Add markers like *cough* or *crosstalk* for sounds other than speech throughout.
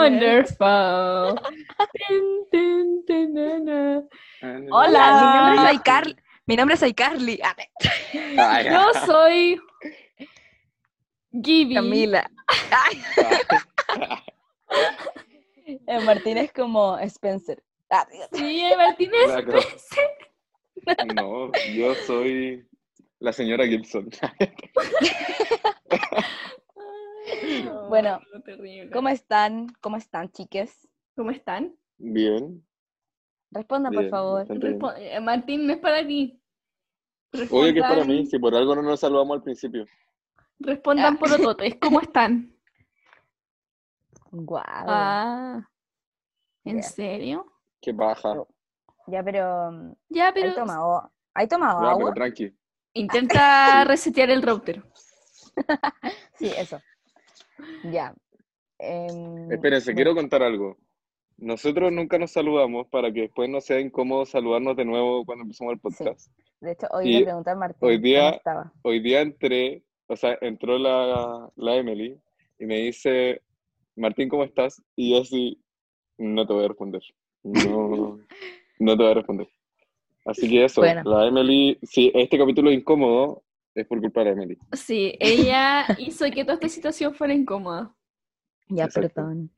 Wonderful. Tin, tin, tin, na, na. Hola, mi nombre es Hola. iCarly. Mi nombre es iCarly. Ah, Ay, ah, Yo soy Gibby. Camila. Ay, Eh, Martín es como Spencer. ah, Sí, eh, Martínez. claro. No, yo soy la señora Gibson. *laughs* Bueno, No, terrible. ¿Cómo están? ¿Cómo están, chiques? ¿Cómo están? Bien. Respondan, por bien, favor. bastante bien. Respo- eh, Martín, no es para ti. Obvio que es para Respondan- mí, si por algo no nos saludamos al principio. Respondan por ototes. ¿Cómo *laughs* están? Guau. Ah, ¿en Ya. serio? Qué baja. No, Ya, pero. mm, Ya, ¿Hay pero tomado, ¿hay tomado Ya, pero agua? tranqui. intenta resetear el router. Sí, eso. Ya. Mm, Em, Espérense, quiero contar algo. Nosotros nunca nos saludamos para que después no sea incómodo saludarnos de nuevo cuando empezamos el podcast. De hecho, hoy Y le pregunté a Martín. hoy día- cómo estaba. Hoy día entré, o sea, entró la, la Emily y me dice, Martín, ¿cómo estás? Y yo así, no te voy a responder. No, no te voy a responder. Así que eso, Bueno. la Emily, si este capítulo es incómodo, es por culpa de la Emily. Sí, ella hizo que toda esta situación fuera incómoda. Ya, Exacto. perdón.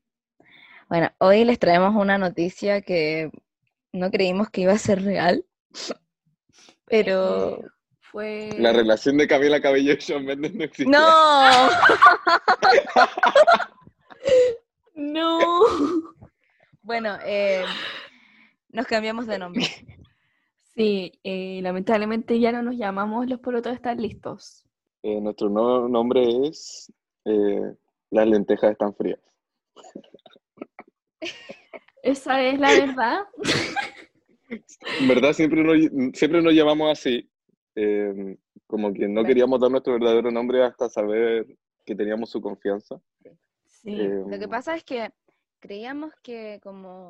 Bueno, hoy les traemos una noticia que no creímos que iba a ser real. *laughs* Pero. Eh, fue... La relación de Camila Cabello y Shawn Mendes no *laughs* existe. ¡No! *laughs* No. Bueno, eh, nos cambiamos de nombre. Sí, eh, lamentablemente ya no nos llamamos los porotos están listos. Eh, nuestro nuevo nombre es eh, Las lentejas están frías. Esa es la verdad. En verdad siempre nos, mm, siempre nos llamamos así, eh, como que no queríamos dar nuestro verdadero nombre hasta saber que teníamos su confianza. Sí. Eh, Lo que pasa es que creíamos que como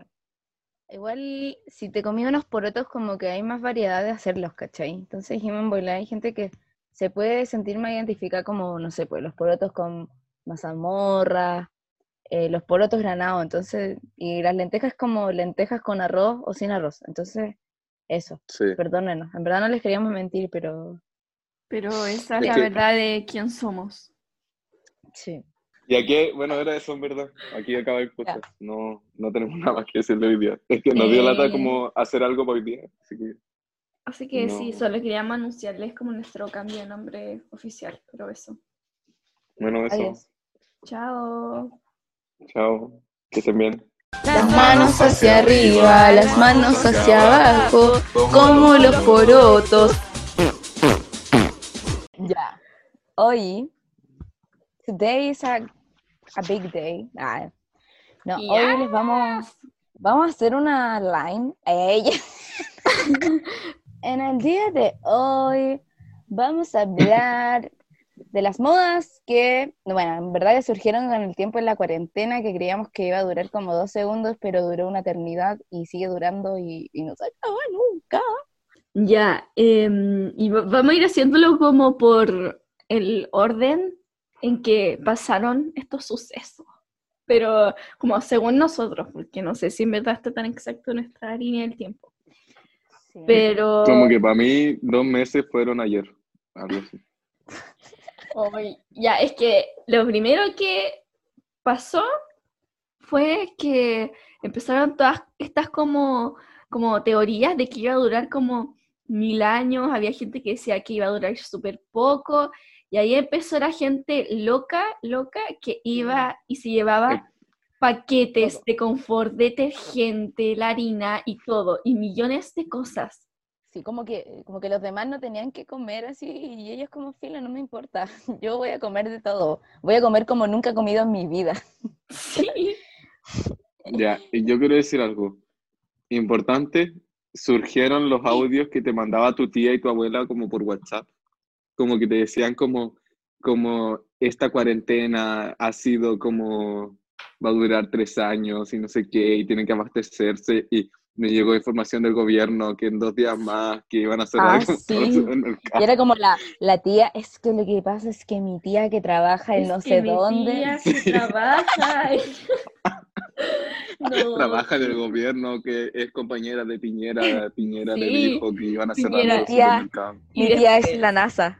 igual si te comí unos porotos como que hay más variedad de hacerlos, ¿cachai? Entonces dijimos, en bola, hay gente que se puede sentir más identificada como, no sé, pues los porotos con mazamorra, eh, los porotos granados, entonces, y las lentejas como lentejas con arroz o sin arroz. Entonces, eso, Sí. perdónenos. En verdad no les queríamos mentir, pero Pero esa es Es la que- verdad de quién somos. sí. Y aquí, bueno, era eso en verdad. Aquí acaba el podcast. No, no tenemos *laughs* nada más que decir de hoy día. Es que nos dio Eh. lata como hacer algo para hoy día. Así que Así que sí, No. solo queríamos anunciarles como nuestro cambio de nombre oficial. Pero eso. bueno, eso. Adiós. Chao. Chao. Que estén bien. Las manos hacia arriba, las manos hacia abajo, como los porotos. Ya. Hoy, today is a, a big day. Ah, no, hoy les vamos, vamos a hacer una line. Ey. *laughs* en el día de hoy vamos a hablar de las modas que, bueno, en verdad que surgieron con el tiempo en la cuarentena, que creíamos que iba a durar como dos segundos, pero duró una eternidad y sigue durando y, y no se acaba nunca. Ya, em, y va- vamos a ir haciéndolo como por el orden en que pasaron estos sucesos, pero como según nosotros, porque no sé si en verdad está tan exacto nuestra línea del tiempo, Sí. pero Como que para mí dos meses fueron ayer. Algo así. Ay, ya, es que lo primero que pasó fue que empezaron todas estas como, como teorías de que iba a durar como mil años, había gente que decía que iba a durar súper poco, y ahí empezó la gente loca, loca, que iba y se llevaba paquetes de confort, detergente, la harina y todo, y millones de cosas. Sí, como que, como que los demás no tenían que comer así, y ellos como fila, no me importa, *laughs* yo voy a comer de todo, voy a comer como nunca he comido en mi vida. Sí. Ya, y yo quiero decir algo. Importante, surgieron los audios que te mandaba tu tía y tu abuela como por WhatsApp. Como que te decían como, como esta cuarentena ha sido como, va a durar tres años y no sé qué, y tienen que abastecerse. Y me llegó información del gobierno que en dos días más que iban a hacer Ah, la demostración sí. *laughs* en el Y campo. era como la, la tía, es que lo que pasa es que mi tía que trabaja en Es no que sé mi dónde. tía que *laughs* trabaja. no, Trabaja del gobierno, que es compañera de Piñera, Piñera le Sí. dijo que iban a cerrar Piñera, los tía. supermercados. Y Mi tía es después- la NASA.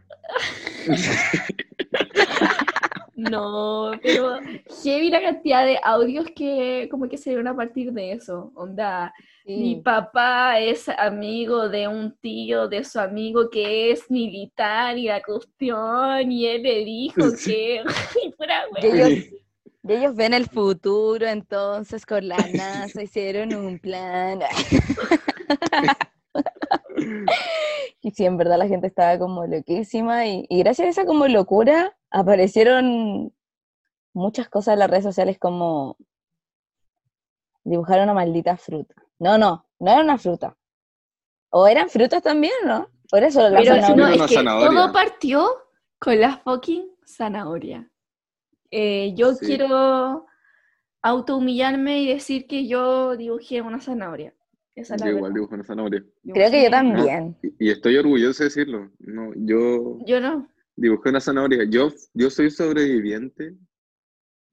No, pero heavy la cantidad de audios que como que salieron a partir de eso. Onda, mi papá es amigo de un tío de su amigo que es militar y la cuestión, y él le dijo *laughs* Sí. que... *laughs* y pura wea. Y ellos, Sí. y ellos ven el futuro, entonces con la NASA hicieron un plan. *laughs* y sí, en verdad la gente estaba como loquísima y, y gracias a esa como locura aparecieron muchas cosas en las redes sociales como dibujar una maldita fruta. No, no, no era una fruta. O eran frutas también, ¿no? O era solo la Pero zanahoria. no, Era una es que zanahoria. todo partió con la fucking zanahoria. Eh, yo Sí. quiero autohumillarme y decir que yo dibujé una zanahoria. Esa es la Yo igual verdad. dibujo una zanahoria. Creo que Dibujé- yo también. Y, y estoy orgulloso de decirlo. No, yo Yo no. dibujé una zanahoria. Yo, yo soy sobreviviente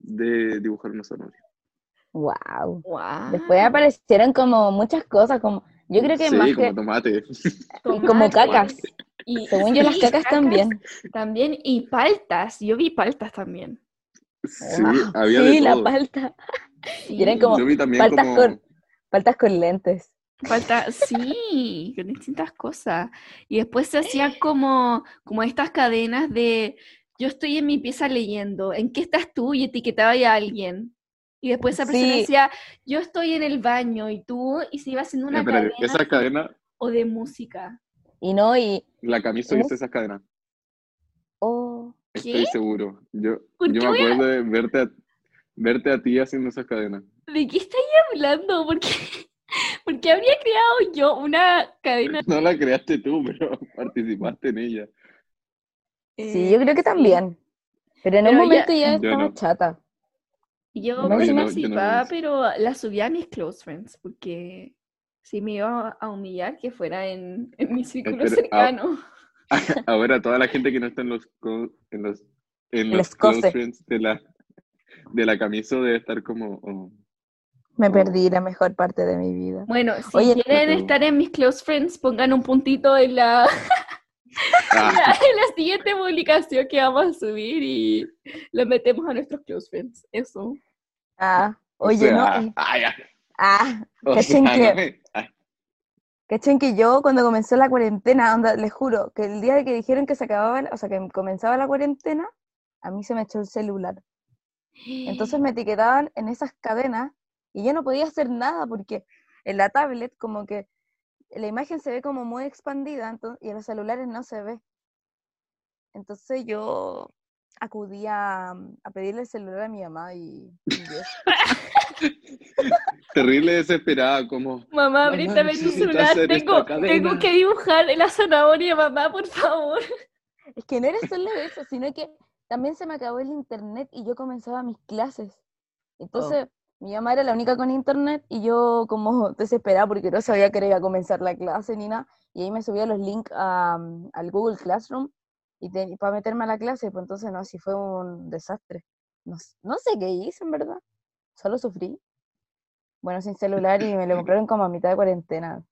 de dibujar una zanahoria. Wow. Guau. Después aparecieron como muchas cosas, como yo creo que sí, más como que tomate. *laughs* y ah, como Tomate. cacas. Y- Según yo las sí, cacas también. También, y paltas. Yo vi paltas también. Sí, Wow. había sí, de la todo. palta. Y eran Sí, como Yo vi también paltas como... con- Paltas con lentes. Falta, sí, con distintas cosas. Y después se hacían como, como estas cadenas de yo estoy en mi pieza leyendo, ¿en qué estás tú? Y etiquetaba a alguien. Y después esa persona Sí. decía, yo estoy en el baño, y tú, y se iba haciendo una Espérate, cadena esa cadena, o de música. Y no, y. la camisa hizo esas cadenas. Oh, Estoy seguro. Yo, ¿Por yo qué me voy a- acuerdo de verte a, verte a ti haciendo esas cadenas. ¿De qué estáis hablando? ¿Por qué, *laughs* por qué habría creado yo una cadena? No la creaste tú, pero *laughs* participaste en ella. sí, yo creo que también. Pero en Pero ya- un momento ya, Yo estaba no. chata. Yo No, yo no- yo no participaba, hice. pero ah, la subía a mis close friends, porque si me iba a humillar que fuera en, *laughs* en mi círculo Pero, ah, cercano. *laughs* Ahora, toda la gente que no está en los, co- en los, en El los escoce. close friends de la, de la camisa debe estar como... oh, Me Oh. perdí la mejor parte de mi vida. Bueno, si Oye, quieren pero- estar en mis close friends, pongan un puntito en la, *laughs* en ah, *laughs* la, en la siguiente publicación que vamos a subir y lo metemos a nuestros close friends. Eso. Ah, o oye, sea, no. eh, ah, ya. Ah, O Cachen sea, que- no me- ah, Cachen que yo cuando comenzó la cuarentena, onda, les juro que el día que dijeron que se acababa, la- o sea, que comenzaba la cuarentena, a mí se me echó el celular. Entonces me etiquetaban en esas cadenas y yo no podía hacer nada porque en la tablet como que la imagen se ve como muy expandida entonces, y en los celulares no se ve. Entonces yo acudí a, a pedirle el celular a mi mamá y... y yo- terrible desesperada, como... Mamá, Mamá, abrítame tu necesito celular. hacer esta Tengo, cadena. tengo que dibujar la zanahoria, mamá, por favor. Es que no era solo eso, sino que también se me acabó el internet y yo comenzaba mis clases. Entonces, mi mamá era la única con internet y yo como *laughs* desesperada porque no sabía que era iba a comenzar la clase ni nada. Y ahí me subía los links a, mm, al Google Classroom y te- para meterme a la clase, pues entonces no, sí fue un desastre. No, s- no sé qué hice, en verdad. Solo sufrí. Bueno, sin celular y me lo compraron como a mitad de cuarentena.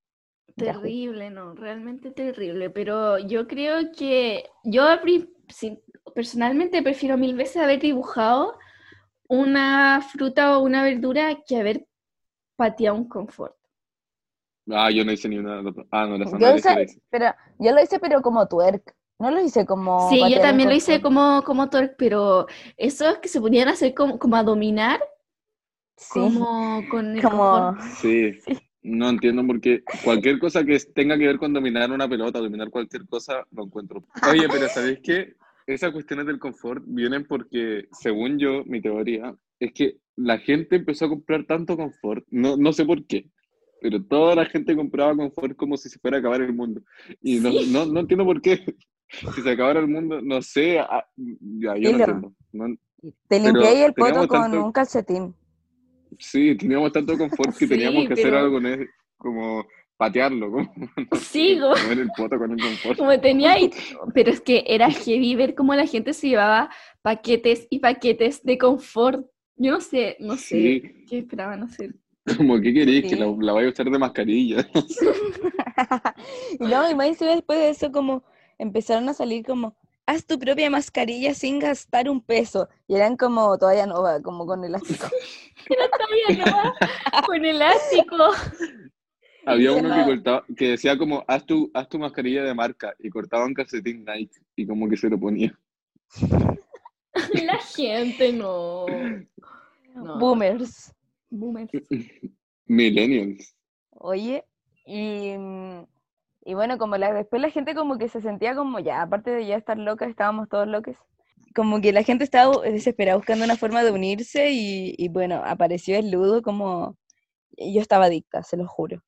Ya, ju- Terrible, no, realmente terrible, pero yo creo que yo a pri- si- personalmente prefiero mil veces haber dibujado una fruta o una verdura que haber pateado un confort. Ah, yo no hice ni una... Ah, no, la Yo zanahoria sí hice- la hice. Pero yo lo hice pero como twerk. No lo hice como... Sí, yo Oh, patear un también lo hice confort. como, como twerk, pero esos que se ponían a hacer como, como a dominar, Sí. como con el como *laughs* confort. *laughs* Sí, no entiendo por qué. Cualquier cosa que tenga que ver con dominar una pelota, dominar cualquier cosa, lo encuentro. Oye, pero ¿sabéis qué? Esas cuestiones del confort vienen porque, según yo, mi teoría, es que la gente empezó a comprar tanto confort, no, no sé por qué, pero toda la gente compraba confort como si se fuera a acabar el mundo. Y no, Sí. no, no entiendo por qué. *laughs* Si se acabara el mundo, no sé, ah, ya, yo no Dilo. entiendo. No- te Pero limpié ahí el poto teníamos con tanto- un calcetín. *laughs* sí, teníamos tanto confort que Sí, teníamos que hacer pero- algo con él. como patearlo, como Sí, como, comer el poto con el confort. como tenía ahí. Pero es que era heavy ver cómo la gente se llevaba paquetes y paquetes de confort. Yo no sé, no sé Sí. qué esperaban hacer. Como, ¿qué queréis? Que Sí. la, la vaya a usar de mascarilla. *laughs* Y no, y más encima después de eso como empezaron a salir como, haz tu propia mascarilla sin gastar un peso. Y eran como todavía nova, como con elástico. Todavía no, con elástico. *laughs* Había Sí, uno que claro. cortaba, que decía como, haz tu, haz tu mascarilla de marca, y cortaba un calcetín Nike, y como que se lo ponía. *laughs* La gente no. No. Boomers. Boomer. Millennials. Oye, y, mm, y bueno, como la, después la gente como que se sentía como ya, aparte de ya estar loca, estábamos todos locos. Como que la gente estaba bu- desesperada buscando una forma de unirse y, y bueno, apareció el ludo como... y Yo estaba adicta, se lo juro.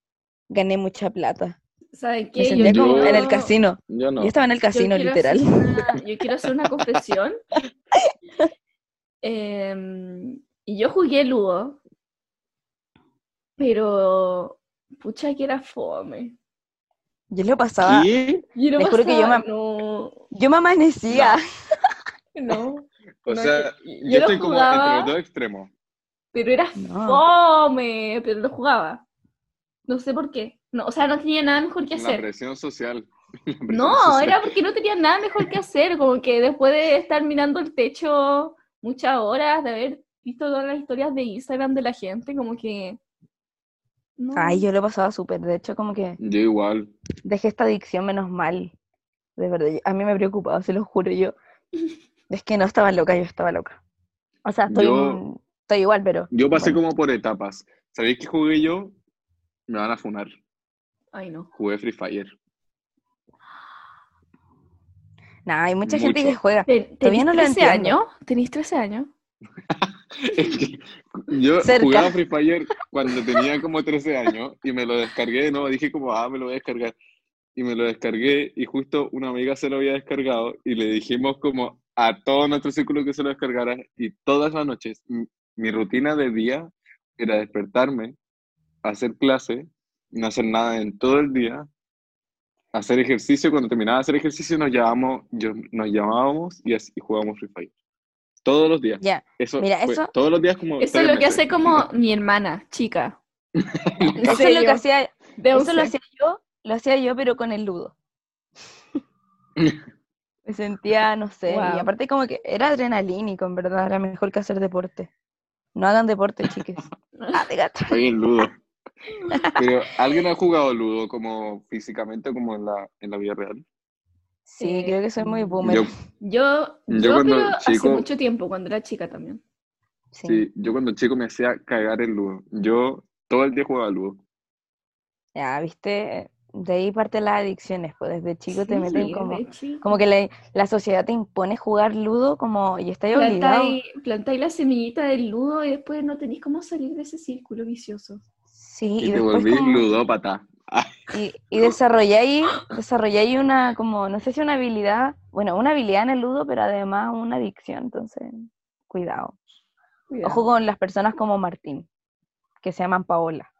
Gané mucha plata. ¿Saben Me qué? sentía como en el quiero- casino. Yo no. Yo estaba en el yo casino, quiero literal. hacer una- yo quiero hacer una *laughs* confesión. Em, y yo jugué Ludo, pero pucha que era fome. Yo lo pasaba... ¿Qué? Yo no Te juro que yo pasaba- me- no, Yo me amanecía. no, O No, sea, yo- yo yo, lo estoy como entre jugaba. los dos extremos. pero era *laughs* No. fome, pero lo jugaba. No sé por qué. No, o sea, no tenía nada mejor que La hacer. presión social. *laughs* La presión No, social. era porque no tenía nada mejor que hacer, como que después de estar mirando el techo muchas horas, de haber visto todas las historias de Instagram de la gente, como que... no. Ay, yo lo pasaba súper. De hecho, como que Yo igual. dejé esta adicción menos mal. De verdad, yo- a mí me preocupaba, se lo juro yo. Es que no estaba loca, yo estaba loca. O sea, estoy, Yo- estoy igual, pero Yo pasé Bueno. como por etapas. ¿Sabéis qué jugué yo? Me van a funar. Ay, no. Jugué Free Fire. nada, hay mucha gente que Mucho. juega. Te- ¿Tenís Todavía no lo 13 entiendo. años? ¿Tenís 13 años? Es que yo Cerca. jugaba Free Fire cuando tenía como 13 años y me lo descargué de nuevo. Dije como, ah, me lo voy a descargar. Y me lo descargué y justo una amiga se lo había descargado y le dijimos como a todo nuestro círculo que se lo descargara y todas las noches mi, mi rutina de día era despertarme, hacer clase, no hacer nada en todo el día, hacer ejercicio. Cuando terminaba de hacer ejercicio nos llamábamos, yo, nos llamábamos y, así, jugábamos Free Fire. Todos los días. Ya, Eso, Mira, fue eso- todos los días como Eso es tres lo que meses. hace como mi hermana, chica. En eso es lo serio, que hacía, de eso 11. lo hacía yo, lo hacía yo, pero con el ludo. Me sentía, no sé, y Guau. aparte como que era adrenalínico, en verdad, era mejor que hacer deporte. No hagan deporte, chiques. Ah, de gato. Estoy en *laughs* ludo. Pero, ¿alguien ha jugado ludo como físicamente, como en la, en la vida real? Sí, Eh, creo que soy muy yo- boomer. Yo, Yo, yo, Yo cuando pero hace chico- mucho tiempo, cuando era chica también. sí. sí, yo cuando chico me hacía cagar el ludo. Yo todo el día jugaba ludo. Ya, viste, de ahí parte las adicciones, pues desde chico te Sí, meten de como, chico. como que la, la sociedad te impone jugar ludo como y estás obligado. Plantáis, plantáis la semillita del ludo y después no tenéis cómo salir de ese círculo vicioso. Sí, Y, y te después volví como- ludópata. Ah, y, y desarrolláis, desarrolláis una como, no sé si una habilidad, bueno, una habilidad en el ludo, pero además una adicción, entonces, cuidado. Cuidado. Ojo con las personas como Martín, que se llaman *laughs* Paola.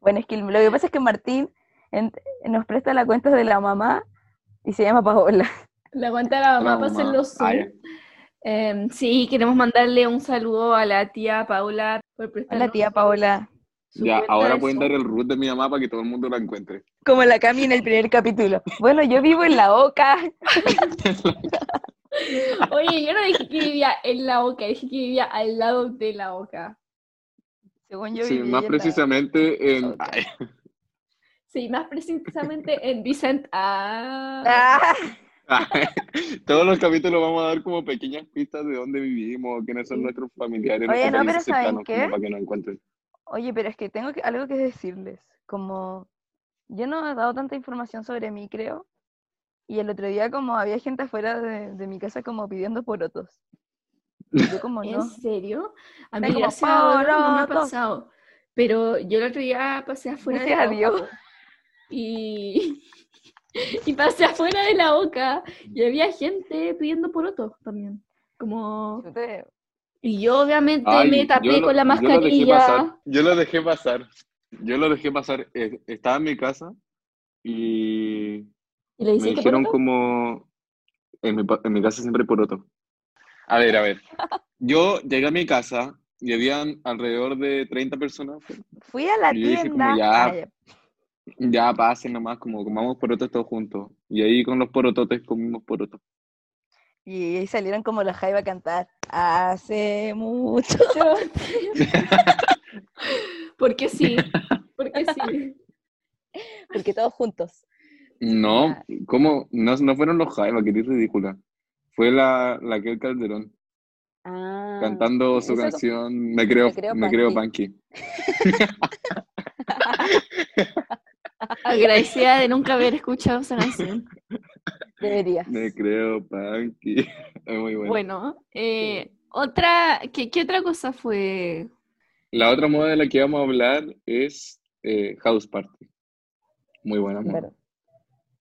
bueno, es que lo que pasa es que Martín en- nos presta la cuenta de la mamá y se llama Paola. La aguanta la mamá la *laughs* para hacer mamá. los Zoom. Ah, ya. Em, sí, queremos mandarle un saludo a la tía Paola por prestarnos *laughs* Hola tía su- Paola. su Ya, cuenta ahora de pueden Zoom. dar el root de mi mamá para que todo el mundo la encuentre. Como la Cami en el primer capítulo. Bueno, yo vivo en la Oca. Oye, yo no dije que vivía en la Oca, dije que vivía al lado de la Oca. Según yo *laughs* sí, viví más en la- precisamente en... Ok. *laughs* Ay, Sí, más precisamente en Vicent. Ah, Ah, ay. Todos los capítulos vamos a dar como pequeñas pistas de dónde vivimos, quiénes son Sí. nuestros familiares, Oye, no, nuestros países pero ¿saben cercanos, como qué? para que nos encuentren. Oye, pero es que tengo que- algo que decirles. Como yo no he dado tanta información sobre mí, creo. Y el otro día como había gente afuera de, de mi casa como pidiendo porotos. Y yo como ¿En Ah, no. *laughs* serio? A Está mí como, gracias a Dios, no me ha "Poroto". pasado. Pero yo el otro día pasé afuera de Gracias la a Dios. Oca y... *laughs* y pasé afuera de la Oca y había gente pidiendo porotos también. Como Chute, Y yo obviamente Ay, me tapé yo lo- con la Yo lo dejé pasar. mascarilla. Yo lo dejé pasar. Yo lo dejé pasar. Eh, Estaba en mi casa y Y le me hiciste dijeron poroto? como... En mi, pa- en mi casa siempre poroto. A ver, a ver. Yo llegué a mi casa y habían alrededor de 30 personas. Fui a la Y yo dije como, tienda. ya, Ah, ya. Ya pasen nomás, como comamos porotos todos juntos. Y ahí con los porototes comimos porotos. Y ahí salieron como la Jaiba a cantar. Hace mucho. *laughs* *laughs* Porque sí, porque sí. Porque todos juntos. No, Ya. ¿cómo? No, no fueron los Jaiba, que eres ridícula. Fue la, la Kel Calderón Ah, cantando su eso- canción Me creo, Mm, Me creo me creo Panky. Agradecida de nunca haber escuchado esa canción. Deberías. *laughs* Me creo Panky. *laughs* Es muy *laughs* bueno. Bueno, eh, otra, ¿qué, qué otra cosa fue? La otra moda de la que vamos a hablar es eh, House Party. Muy buena moda. Pero-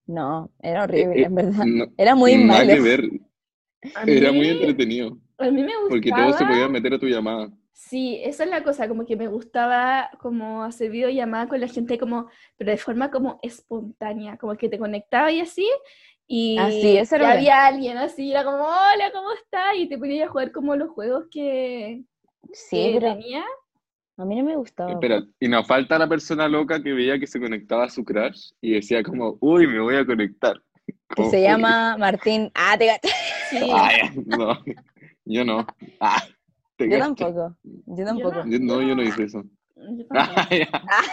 No, era horrible, eh, en *laughs* verdad. No, Era muy nada malo. que ver. A Era mí- muy entretenido. A mí me gustaba. Porque todos se podían meter a tu llamada. Sí, esa es la cosa, como que me gustaba como hacer videollamada con la gente como, pero de forma como espontánea, como que te conectaba y así, y, Ah, sí, eso era y bueno. había alguien así, era como, hola, ¿cómo estás? Y te ponía a jugar como los juegos que, Sí, que pero tenía. a mí no me gustaba. Espera, y nos falta la persona loca que veía que se conectaba a su crush y decía como, uy, me voy a conectar. Que Como, se "Uy". llama Martín. Ah, *laughs* te caché. Sí, Ay, no, *laughs* yo no. Ah, te Yo cacho. tampoco. Yo tampoco. Yo- no, yo no hice eso. yo *laughs* también. Ah,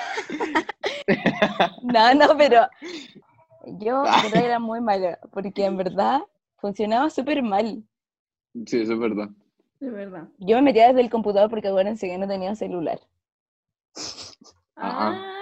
ya. No, no, pero yo en verdad era muy mala, porque en verdad funcionaba súper mal. Sí, eso es verdad. *laughs* de verdad. Yo me metía desde el computador porque acuérdense que no tenía celular. ah.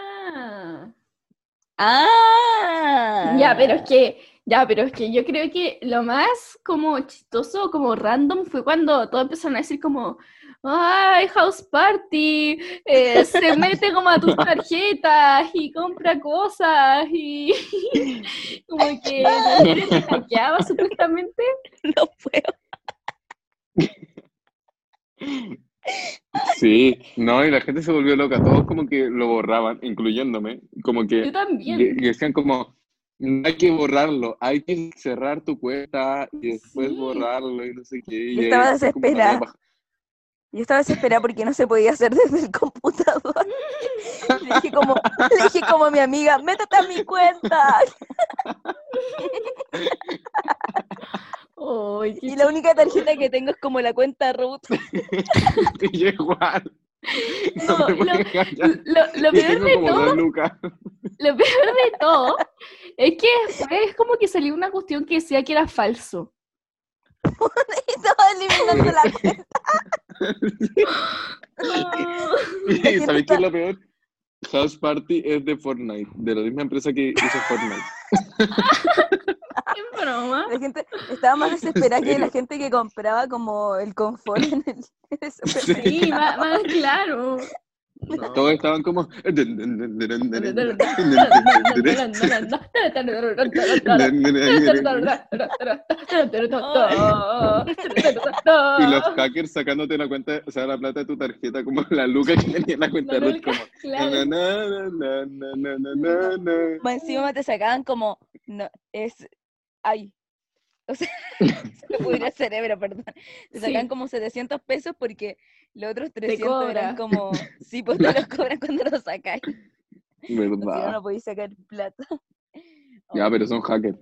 Ah, ¡Ah! ya, pero es que, ya, pero es que yo creo que lo más como chistoso, como random, fue cuando todos empezaron a decir como, ay, house party, eh, se mete como a tus tarjetas y compra cosas y *laughs* como que la gente te hackeaba supuestamente. No puedo. Sí, no, y la gente se volvió loca, todos como que lo borraban, incluyéndome, como que Yo y- también. y decían como, no hay que borrarlo, hay que cerrar tu cuenta y después Sí. borrarlo y no sé qué. y Yo ahí estaba fue como una desesperada. baja- Yo estaba desesperada porque no se podía hacer desde el computador. Le dije como, le dije como a mi amiga, métete a mi cuenta. Ay, qué Y la única tarjeta que tengo es como la cuenta root. Y yo igual. No, me y voy lo- a engañar. chistoso. Lo- lo Y peor tengo de como todo dos lucas. Lo peor de todo es que después es como que salió una cuestión que decía que era falso. *laughs* Y estaba eliminando la cuenta. Y gente ¿sabéis está- qué es lo peor? House Party es de Fortnite, de la misma empresa que hizo Fortnite. ¿Qué broma? La gente estaba más desesperada que la serio? gente que compraba como el confort en el, en el supermercado. *laughs* Sí, más, más claro. Todos estaban como. *laughs* Y los hackers sacándote la cuenta, o sea, la plata de tu tarjeta, como la luca que tenía en la cuenta La de Ruth, luca, como. Claro. na, na, na, na, na, na, na, na. Más encima te sacaban como, no, es, ay, o sea, *laughs* se me *laughs* pudrió el cerebro, eh, perdón. Te Sí. sacaban como 700 pesos porque los otros 300 cobra. eran *laughs* como, sí, pues te los cobran cuando los sacáis. Si no, Verdad. no podéis sacar *laughs* plata. Ya, Ay, pero son hackers.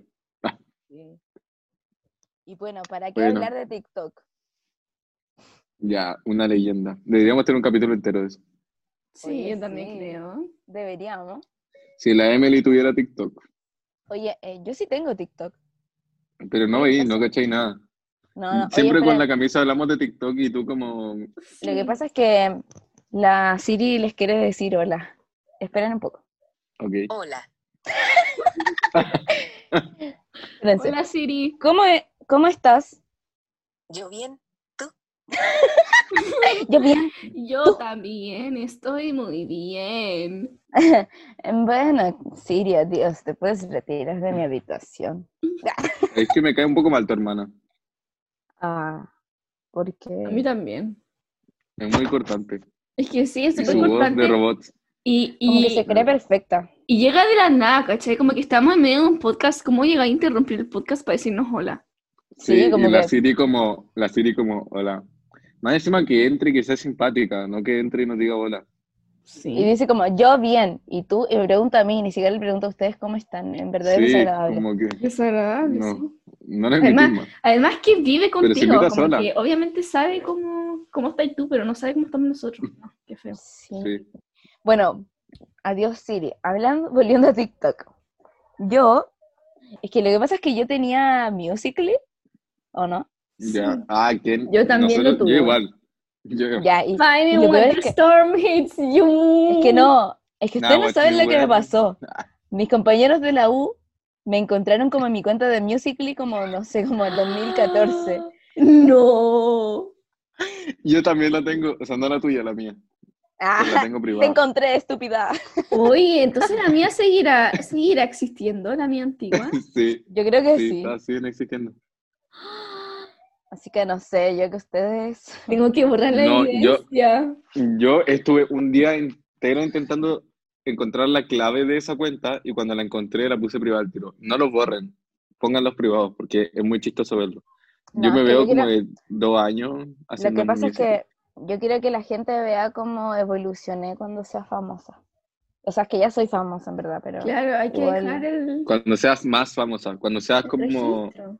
sí. Y bueno, ¿para qué Bueno. hablar de TikTok? Ya, una leyenda. Deberíamos tener un capítulo entero de eso. Sí, yo también creo. Deberíamos. Si la Emily tuviera TikTok. Oye, eh, yo sí tengo TikTok. Pero no veí, no cachai nada. No, Ah, no, oye, Siempre espera, con la camisa hablamos de TikTok y tú como... Lo que pasa es que la Siri les quiere decir hola. Esperen un poco. Ok. Hola. Espérense. Hola Siri. ¿Cómo, e- ¿Cómo estás? Yo bien. Yo bien. *laughs* Yo también estoy muy bien. Bueno, Siri, adiós. Te puedes retirar de mi habitación. Es que me cae un poco mal tu hermana. Ah, A mí Porque también. Es muy cortante. Es que sí, es súper Y su voz de importante. robot. Y, como que y, se cree perfecta. y llega de la nada, ¿cachai? Como que estamos en medio de un podcast. ¿Cómo llega a interrumpir el podcast para decirnos hola? Sí, Sí, como y la que- Siri como, la Siri como, hola. Más encima que entre y que sea simpática, no que entre y nos diga hola. Y Sí. dice como, yo bien, y tú, y me pregunta a mí, ni siquiera le pregunto a ustedes cómo están, en verdad es Sí, desagradable. como que Desagradable, No. sí. no la Además- invitimos. Además que vive Pero si contigo, invita como sola. que obviamente sabe cómo, cómo estás tú, pero no sabe cómo estamos nosotros. Mm. No, qué feo. Sí. Sí. Bueno, adiós Siri. Hablando, *laughs* volviendo a TikTok. Yo, es que lo que pasa es que yo tenía Musical.ly, ¿o no? Ya. Ah, ¿quién? Yo también lo Nosotros- tuve. Yo igual. *laughs* Yo, Ya, y Finally, Lo peor when es the que- storm hits you. es que no, es que Nah, ustedes no what saben you lo que me wear. *laughs* pasó. Mis compañeros de la U me encontraron como en mi cuenta de Musical.ly como, no sé, como en 2014. No. yo también la tengo, o sea, no la tuya, la mía. Ah, *laughs* Yo la tengo te privada. *laughs* encontré, estúpida. Oye, entonces la mía seguirá, seguirá existiendo, la mía *laughs* antigua. Sí, Yo creo que sí, sí. está- siguen existiendo. Así que no sé, yo que ustedes... Tengo que borrar la No, yo- evidencia. Yo estuve un día entero intentando encontrar la clave de esa cuenta y cuando la encontré la puse privada al tiro. No los borren, pónganlos privados porque es muy chistoso verlo. Yo No, me es que veo yo como quiero- de dos años Lo haciendo que pasa es música. que yo quiero que la gente vea cómo evolucioné cuando sea famosa. O sea, es que ya soy famosa, en verdad, pero... Claro, hay que Igual. dejar el, Cuando seas más famosa, cuando seas el como registro.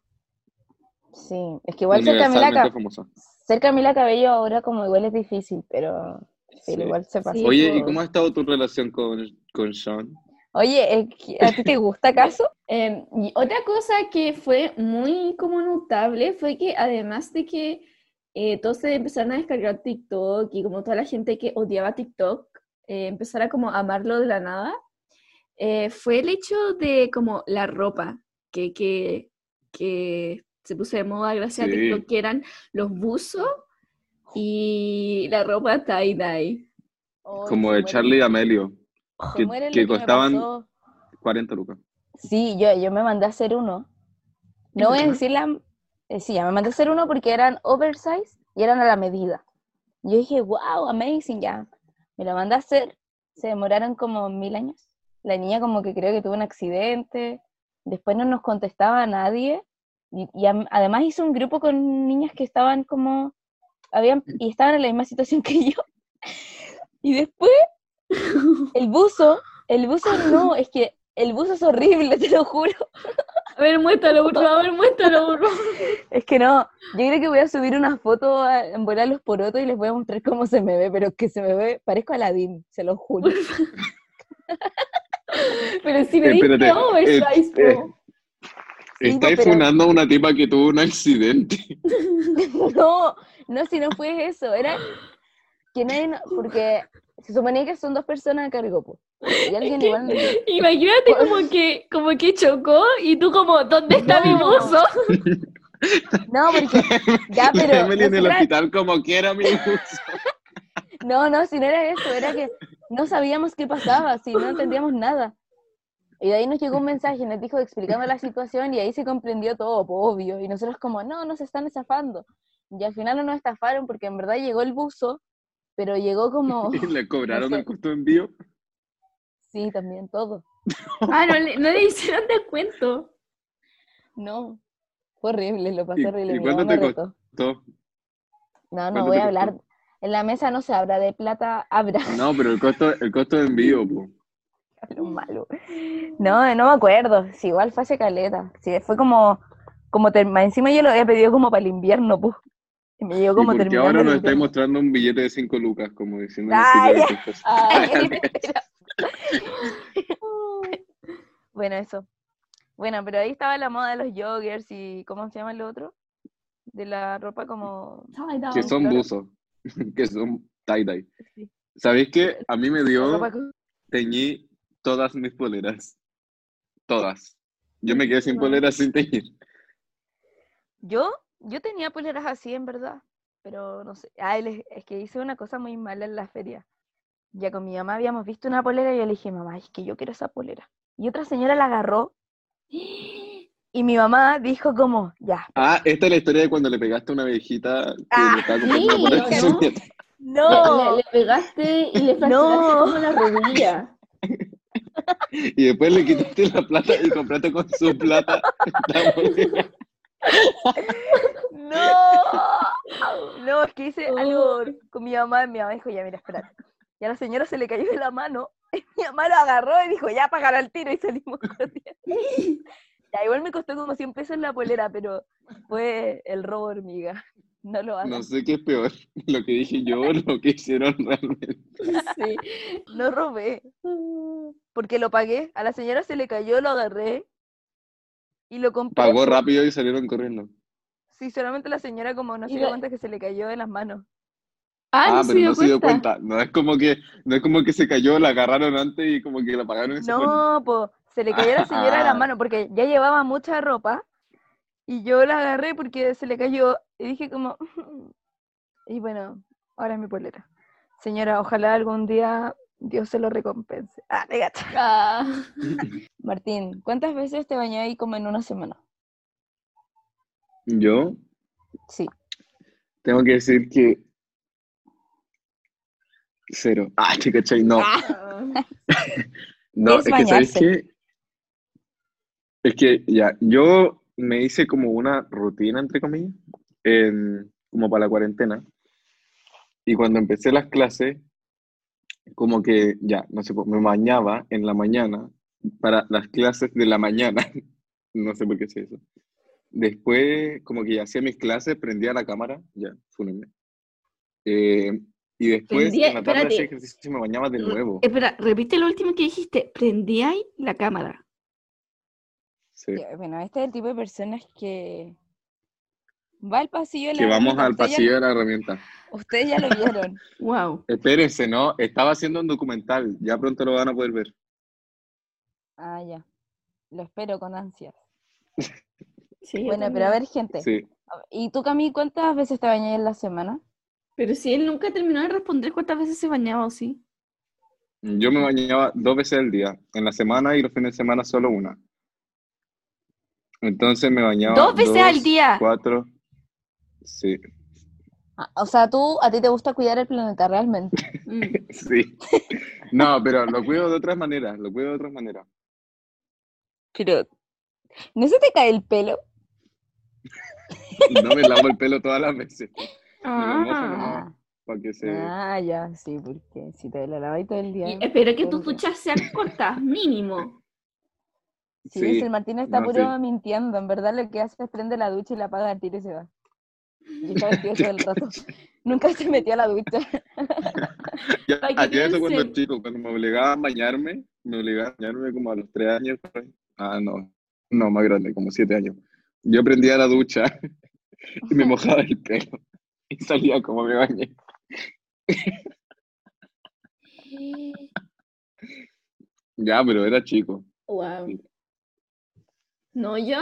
Sí, es que igual ser Camila, universalmente Ca- famosa. ser Camila Cabello ahora como igual es difícil, pero, pero Sí. igual se pasa. Sí. Oye, ¿y pues. cómo ha estado tu relación con, con Sean? Oye, eh, ¿a ti te gusta acaso? Eh, y otra cosa que fue muy como notable fue que además de que eh, todos se empezaron a descargar TikTok y como toda la gente que odiaba TikTok eh, empezara como a amarlo de la nada, eh, fue el hecho de como la ropa que, que, que se puso de moda gracias a Sí. TikTok, que eran los buzos y la ropa tie-dye. Ay, Como se de muere- Charlie y Amelio, se que, muere lo que me costaban pasó. 40 lucas. Sí, yo, yo me mandé a hacer uno. No voy a decir la... eh, sí, ya me mandé a hacer uno porque eran oversize y eran a la medida. Yo dije, wow, amazing, ya. Me lo mandé a hacer. Se demoraron como mil años. La niña como que creo que tuvo un accidente. Después no nos contestaba a nadie. Y, y am- además hice un grupo con niñas que estaban como... Habían, y estaban en la misma situación *laughs* que yo. Y después... El buzo, el buzo *laughs* no, es que el buzo es horrible, *laughs* te lo juro. A ver, muéstralo, por favor, muéstralo, por favor. Es que no, yo creo que voy a subir una foto a- en volar los porotos y les voy a mostrar cómo se me ve, pero que se me ve, parezco a Aladdin, se lo *laughs* juro. Pero si me Eh, diste espérate, oversize, eh, po. Sí, Está pues, pero- funando a una tipa que tuvo un accidente. *laughs* No, no, si no fue eso, era que nadie, no- porque se suponía que son dos personas a cargo, po, y alguien igual... Imagínate como que, como que chocó y tú como, ¿dónde está mi No. buzo? No, porque, *laughs* ya, La Ah, pero... Emily no en se el trata- hospital como quiera, mi buzo. No, no, si no era eso, era que no sabíamos qué pasaba, si no entendíamos nada. Y de ahí nos llegó un mensaje, nos dijo explicando la situación y ahí se comprendió todo, po, obvio. Y nosotros como, no, nos están estafando. Y al final no nos estafaron porque en verdad llegó el buzo, pero llegó *laughs* como, *laughs* Y le cobraron No sé. el costo de envío. sí, también todo. Ah, no le, no le hicieron descuento. No, fue horrible, lo pasé ¿Y- horrible. y mi cuánto mamá te me retó. Todo. No, no cuánto voy te a hablar. costó? En la mesa no se habla de plata, habrá. No, pero el costo, el costo de envío, po. Lo malo. No, eh, no me acuerdo. Si igual fue hace caleta. Si fue como, como ter- más encima yo lo había pedido como para el invierno, pues. Y me llegó Y como porque terminando ahora el nos estáis invierno. mostrando un billete de 5 lucas, como diciendo Ah, ya. *laughs* Ay, bueno, eso. Bueno, pero ahí estaba la moda de los joggers y ¿cómo se llama el otro? De la ropa como que son Ah, claro. buzos, *laughs* que son tie-dye. Sí. pues, ¿Sabéis qué? A mí me la dio, ropa con- teñí todas mis poleras. Todas. Yo me quedé sin Wow. poleras sin teñir. Yo, yo tenía poleras así, en verdad, pero no sé. Ah, les- es que hice una cosa muy mala en la feria. Ya con mi mamá habíamos visto una polera y yo le dije, mamá, es que yo quiero esa polera. Y otra señora la agarró Y mi mamá dijo como, ya. Ah, esta es la historia de cuando le pegaste a una abejita que Ah, le estaba comiendo sí, por el ¿no? *laughs* crecimiento. Le, No, le pegaste y le fracturaste No. como la rodilla. Y después le quitaste la plata y compraste con su plata *laughs* la bolera. no. *laughs* No, es que hice Oh. algo con mi mamá. y Mi mamá dijo, ya, mira, espera. Y a la señora se le cayó de la mano. *laughs* Y mi mamá lo agarró y dijo, ya, pagar al tiro. Y salimos *laughs* corriendo. Ya, igual me costó como 100 pesos la polera, pero fue el robo hormiga. No lo hagas. No sé qué es peor, *laughs* lo que dije yo *laughs* o lo que hicieron realmente. Sí. No robé. Porque lo pagué. A la señora se le cayó, lo agarré. Y lo compré. Pagó rápido y salieron corriendo. Sí, solamente la señora como no se Y dio la- cuenta que se le cayó de las manos. Ah, no, Ah, se pero dio, no se dio cuenta. No es como que, no es como que se cayó, la agarraron antes y como que la *laughs* pagaron y se fueron. No, pues se le *laughs* cayó a la señora de Ah. las manos porque ya llevaba mucha ropa. Y yo la agarré porque se le cayó. Y dije como... *laughs* Y bueno, ahora es mi polera. Señora, ojalá algún día Dios se lo recompense. Ah, te gacho. Ah, Martín, ¿cuántas veces te bañé ahí como en una semana? Yo Sí. tengo que decir que cero. Ah, que cachai, no. No, Es es que sabéis bañarse. que es que ya, yo me hice como una rutina, entre comillas, en- como para la cuarentena. Y cuando empecé las clases, como que ya, no sé, pues, me bañaba en la mañana para las clases de la mañana. *laughs* No sé por qué sé eso. Después, como que ya hacía mis clases, prendía la cámara, ya, fúnenme. Eh, y después Prendía- en la tarde hacía espérate. Mm, eh, ejercicio y me bañaba de nuevo. Espera, repite lo último que dijiste. Prendí ahí la cámara. Sí. Ya, Bueno, este es el tipo de personas que va al pasillo de la Que vamos herramienta, al ustedes ya- pasillo de la herramienta. Ustedes ya lo vieron. Wow. Espérense, ¿no? Estaba haciendo un documental. Ya pronto lo van a poder ver. Ah, ya. Lo espero con ansias. Sí, yo Bueno, pero también. a ver, gente. Sí. ¿Y tú, Cami, cuántas veces te bañas en la semana? Pero si él nunca terminó de responder cuántas veces se bañaba o *laughs* sí. Yo me bañaba dos veces al día. En la semana y los fines de semana solo una. Entonces me bañaba. Dos veces al día. Cuatro. Sí. *laughs* Ah, o sea, tú, a ti te gusta cuidar el planeta realmente. Mm. Sí. No, pero lo cuido de otras maneras. Lo cuido de otras maneras. *laughs* Pero... ¿No se te cae el pelo? No me lavo el pelo todas las veces. Ah. Ah. Para que se. Ah, ya, sí, porque si te la lavas todo el día. Y espero que todo tus el día. duchas sean cortas, *laughs* mínimo. Sí, Sí, es el Martín está no, puro sí. mintiendo. En verdad lo que hace es prende la ducha y la apaga al tiro y se va. Y está vestido todo el *laughs* rato. Nunca se metió a la ducha. Ya, Para que hacía eso cuando piensen. chico, cuando me obligaba a bañarme, me obligaba a bañarme como a los tres años. por ahí. Ah, no, no, más grande, como siete años. Yo prendía la ducha *laughs* y me mojaba el pelo *laughs* y salía como me bañé. Ya, pero era chico. *laughs* Wow. Sí. No, yo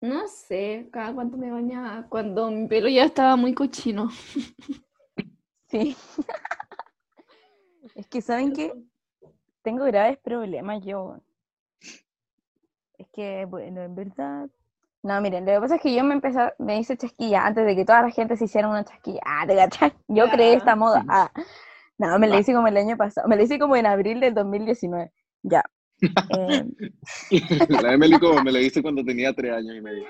no sé cada cuánto me bañaba. Cuando mi pelo ya estaba muy *laughs* cochino. Sí. *laughs* Es que, ¿saben qué? Tengo graves problemas yo. Es que, bueno, en verdad. No, miren, lo que pasa es que yo me empecé, a- me hice chasquilla antes de que toda la gente se hiciera una chasquilla. Ah, te cachai. Yo creé esta moda. Ah. No, me la hice como el año pasado. Me la hice como en abril del 2019. Ya. Eh, La Emily como me la hice cuando tenía tres años y medio.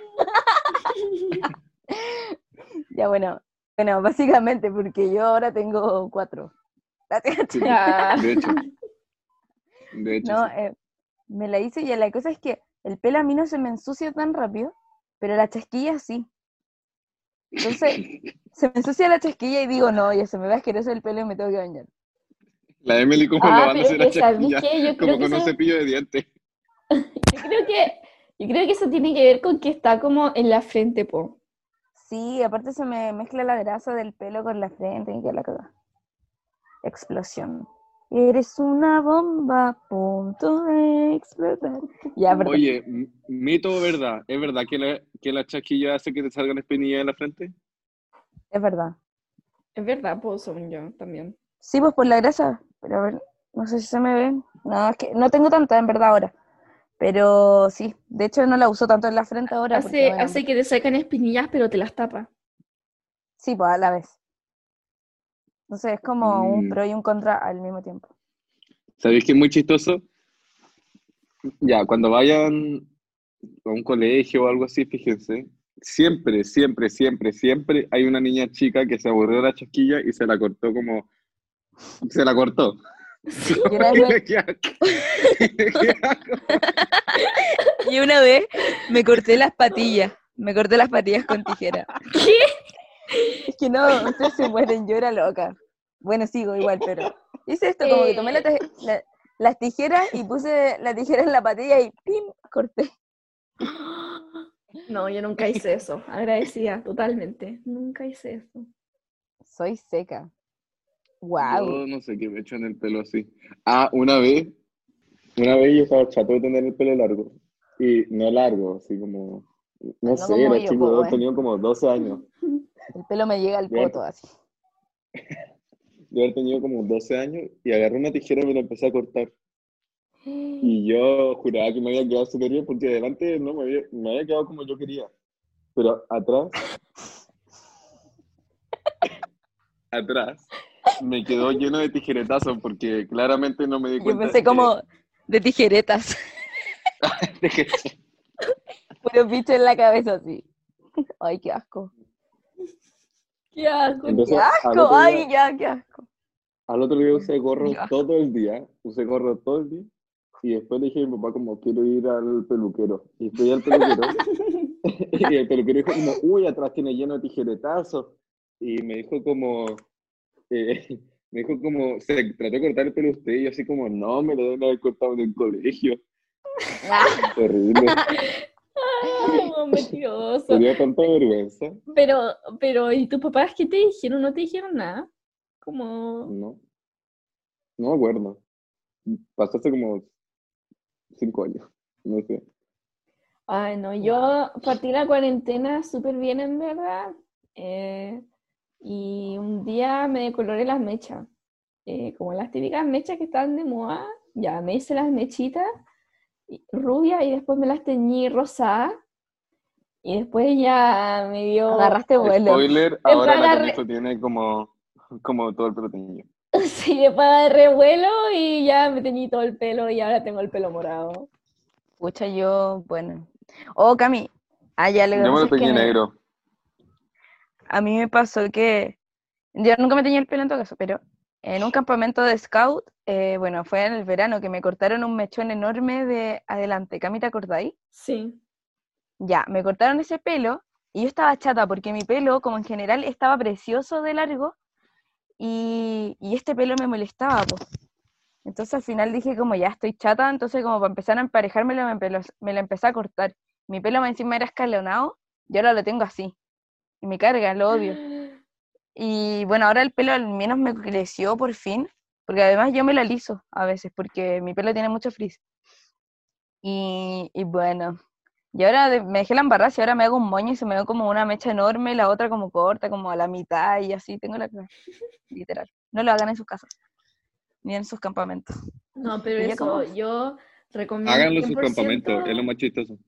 Ya, bueno, bueno, básicamente porque yo ahora tengo cuatro. *laughs* Sí, Ya. De hecho. De hecho, No, sí. eh, me la hice y la cosa es que el pelo a mí no se me ensucia tan rápido, pero la chasquilla sí. Entonces, se me ensucia la chasquilla y digo, no, ya se me va asqueroso el pelo y me tengo que bañar. La Emily como Ah, lavándose pero la es que ¿sabes chasquilla, qué? Yo creo como que con un eso- cepillo de dientes. yo creo que yo creo que eso tiene que ver con que está como en la frente, po. Sí, aparte se me mezcla la grasa del pelo con la frente y que la caga. Explosión. Eres una bomba a punto de explotar. Ya, perdón. Oye, m- mito o verdad, ¿es verdad que la, que la chasquilla hace que te salgan espinillas en la frente? Es verdad. Es verdad, po, son yo también. Sí, pues por la grasa, pero a ver, no sé si se me ve. No, es que no tengo tanta en verdad ahora. Pero sí, de hecho no la uso tanto en la frente ahora. Hace, porque, bueno, hace que te sacan espinillas, pero te las tapa. Sí, pues a la vez. Entonces es como un Mm. pro y un contra al mismo tiempo. ¿Sabéis que es muy chistoso? Ya, cuando vayan a un colegio o algo así, fíjense, siempre, siempre, siempre, siempre hay una niña chica que se aburrió de la chasquilla y se la cortó como... Se la cortó. *laughs* Y una vez *laughs* Qué asco. Y una vez me corté las patillas. Me corté las patillas con *laughs* tijera. ¿Qué? Es que no, ustedes se mueren, yo era loca. Bueno, sigo igual, pero. Hice esto, como que tomé la taj- la- las tijeras y puse la tijera en la patilla y ¡pim! corté. No, yo *laughs* nunca hice eso. Agradecida, totalmente. Nunca hice eso. Soy seca. Yo no sé qué me echan el pelo así. Ah, una vez, una vez yo estaba chato de tener el pelo largo. Y no largo, así como, no, sé, como era yo, chico, po, yo eh. tenía como 12 años. El pelo me llega al Bien. poto *laughs* así. Yo haber tenido como 12 años y agarré una tijera y me la empecé a cortar. Y yo juraba que me había quedado súper bien porque adelante no me había, me había quedado como yo quería. Pero atrás, atrás, me quedó lleno de tijeretazos porque claramente no me di Yo cuenta. pensé que- como de tijeretas. *laughs* de que- Puro bicho en la cabeza así. *laughs* Ay, qué asco. ¿Qué hago? Entonces, ¡Qué al asco! otro día- ¡Ay, ya, qué asco! Al otro día usé gorro Ya. todo el día, usé gorro todo el día, y después le dije a mi papá como, quiero ir al peluquero. Y fui al peluquero, *laughs* y el peluquero dijo como, uy, atrás tiene lleno de tijeretazos. Y me dijo como, eh, *laughs* me dijo como, se trató de cortar el pelo usted, y yo así como, no, me lo deben haber cortado en el colegio. *laughs* Ah, Terrible, Oh, mentiroso. me dio tanta vergüenza, Pero, pero, ¿y tus papás qué te dijeron? ¿No te dijeron nada? Como, ¿no? No me acuerdo. Pasó hace como cinco años, no sé. ay, no, yo partí la cuarentena súper bien, en verdad. eh, y un día me decoloré las mechas. eh, como las típicas mechas que están de moda, ya me hice las mechitas y- rubias y después me las teñí rosadas. Y después ya me dio. Agarraste vuelo. Spoiler, ahora para la re- Carlito tiene como, como todo el pelo teñido. *laughs* Sí, después de revuelo y ya me teñí todo el pelo y ahora tengo el pelo morado. Pucha, yo, bueno. Oh, Cami. Ah, ya le Yo me lo teñí negro. A mí me pasó que yo nunca me tenía el pelo en todo caso, pero en un campamento de scout, eh, bueno, fue en el verano que me cortaron un mechón enorme de adelante. Cami, ¿te acordáis? Sí. Ya, me cortaron ese pelo y yo estaba chata porque mi pelo, como en general, estaba precioso de largo y, y este pelo me molestaba, pues. Entonces al final dije como ya estoy chata, entonces como para empezar a emparejármelo me, empe- me lo empecé a cortar. Mi pelo más encima era escalonado y ahora lo tengo así. Y me carga, lo odio. Y bueno, ahora el pelo al menos me creció por fin, porque además yo me lo aliso a veces, porque mi pelo tiene mucho frizz. Y, y bueno, y ahora de- me dejé la embarrada y ahora me hago un moño y se me ve como una mecha enorme, la otra como corta, como a la mitad y así tengo la cara. Literal. No lo hagan en sus casas, ni en sus *laughs* campamentos. No, pero ¿Y ya eso cómo? yo recomiendo. Háganlo en sus 100%, campamentos, es lo más chistoso.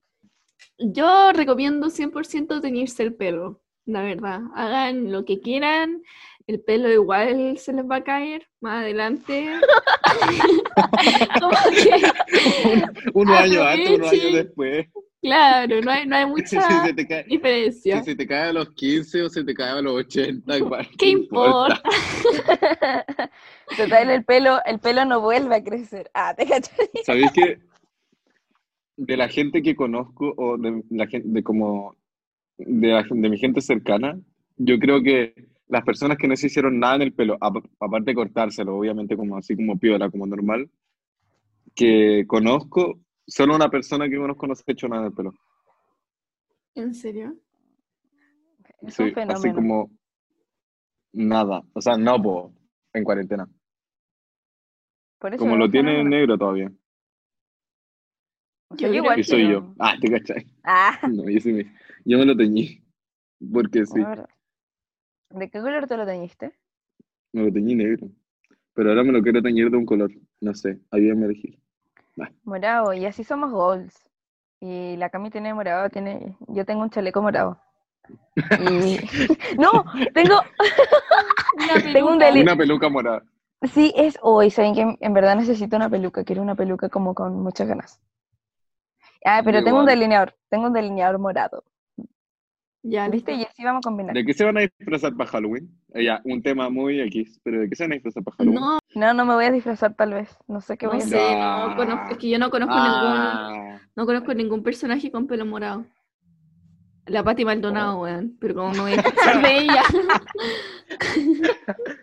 Yo recomiendo 100% teñirse el pelo, la verdad. Hagan lo que quieran, el pelo igual se les va a caer más adelante. *laughs* Como que, Unos años Ah, antes, unos años Aprovechen. después. claro, no hay, no hay *laughs* Si mucha se, te cae, diferencia. si se te cae a los 15 o se te cae a los 80, igual. ¿Qué importa? Total, el pelo, el pelo no vuelve a crecer. Ah, te cachai. ¿Sabéis que de la gente que conozco o de la gente, de como de, la gen- de mi gente cercana, yo creo que las personas que no se hicieron nada en el pelo, ap- aparte de cortárselo, obviamente como así como piola, como normal, que conozco, solo una persona que conozco no se ha hecho nada en el pelo. ¿En serio? Es Sí, un así fenómeno. como nada, o sea, no po, en cuarentena, Por eso como es lo un tiene fenómeno. negro todavía. O Yo sea, creo igual Y soy quiero- yo. Ah, te cachai. *laughs* Ah. No, yo sí me, yo me lo teñí. Porque sí. La verdad. ¿De qué color te lo teñiste? Me lo teñí negro. Pero ahora me lo quiero teñir de un color. No sé, ahí me elegir. Morado, y así somos goals. Y la Cami tiene morado, tiene, yo tengo un chaleco morado. *laughs* Y- *laughs* no, tengo, tengo un deli- Una peluca morada. Sí, es hoy, saben que en verdad necesito una peluca, quiero una peluca como con muchas ganas. Ah, pero Yo tengo un igual. delineador, tengo un delineador morado. Ya, ¿Viste? Ah, listo. Y así vamos a combinar. ¿De qué se van a disfrazar para Halloween? Eh, ya, un tema muy X, pero ¿de qué se van a disfrazar para Halloween? No, No, no me voy a disfrazar tal vez. No sé qué no voy a hacer. sé, no conozco, es que yo no conozco ningún, Ah, no conozco ningún personaje con pelo morado. La Pati Maldonado, weón, pero como no voy a escuchar de ella.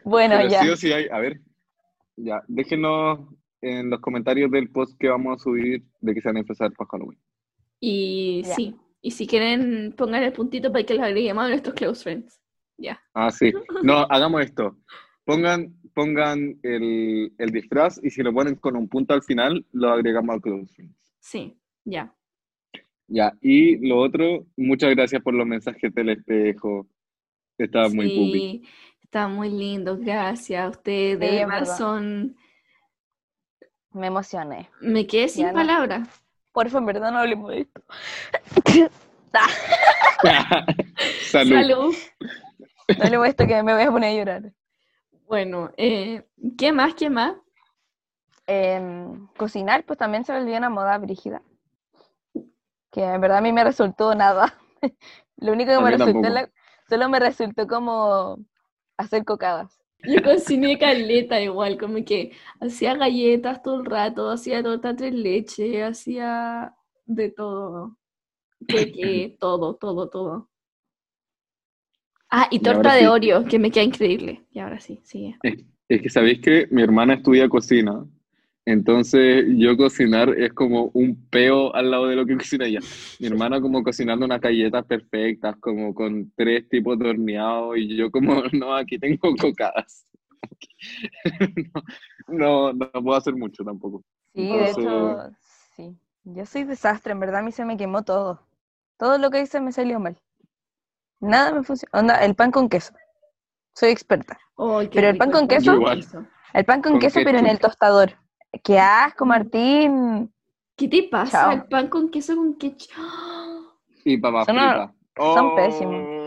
Bueno, pero ya. sí o sí hay- a ver, ya, déjenos en los comentarios del post que vamos a subir de que se van a disfrazar para Halloween. Y Ya. sí, y si quieren pongan el puntito para que los agreguemos a nuestros close friends. Ah, sí. *laughs* No, hagamos esto. Pongan, pongan el, el disfraz y si lo ponen con un punto al final, lo agregamos al Close Friends. Sí, ya. Ya, y lo otro, muchas gracias por los mensajes del espejo. Estaba muy *laughs* pupi. Sí, está muy lindo, gracias. Ustedes de Sí, es verdad verdad. son... Me emocioné. Me quedé sin Ya no. palabras. Por favor, en verdad no hablemos de esto. Salud. Salud. No hablemos de esto que me voy a poner a llorar. Bueno, eh, ¿qué más? ¿Qué más? Em, cocinar, pues también se volvió una moda brígida. Que en verdad a mí me resultó nada. *laughs* Lo único que A me mí resultó, tampoco. la- solo me resultó como hacer cocadas. Yo cociné caleta igual, como que hacía galletas todo el rato, hacía torta tres leche, hacía de todo. Que, *laughs* que, todo, todo, todo. Ah, y Y ahora torta de sí. Oreo, que me queda increíble. Y ahora sí, sigue. Es que sabéis que mi hermana estudia cocina, entonces yo cocinar es como un peo al lado de lo que *laughs* cocina ella. Mi hermana como cocinando unas galletas perfectas, como con tres tipos de horneado, y yo como, *laughs* no, aquí tengo cocadas. *laughs* No, no, no puedo hacer mucho tampoco. Sí, de Entonces- hecho, sí. Yo soy desastre, en verdad a mí se me quemó todo. Todo lo que hice me salió mal. Nada me funcionó. Onda, el pan con queso. Soy experta. Ay, qué Pero el rico pan con queso- Yo igual. El pan con, Con queso, pero en ketchup. el tostador. ¡Qué asco, Martín! ¿Qué te pasa? Chao. El pan con queso con ketchup. *gasps* ¡Ah! Y papas Son una- fritas. son Oh. pésimos.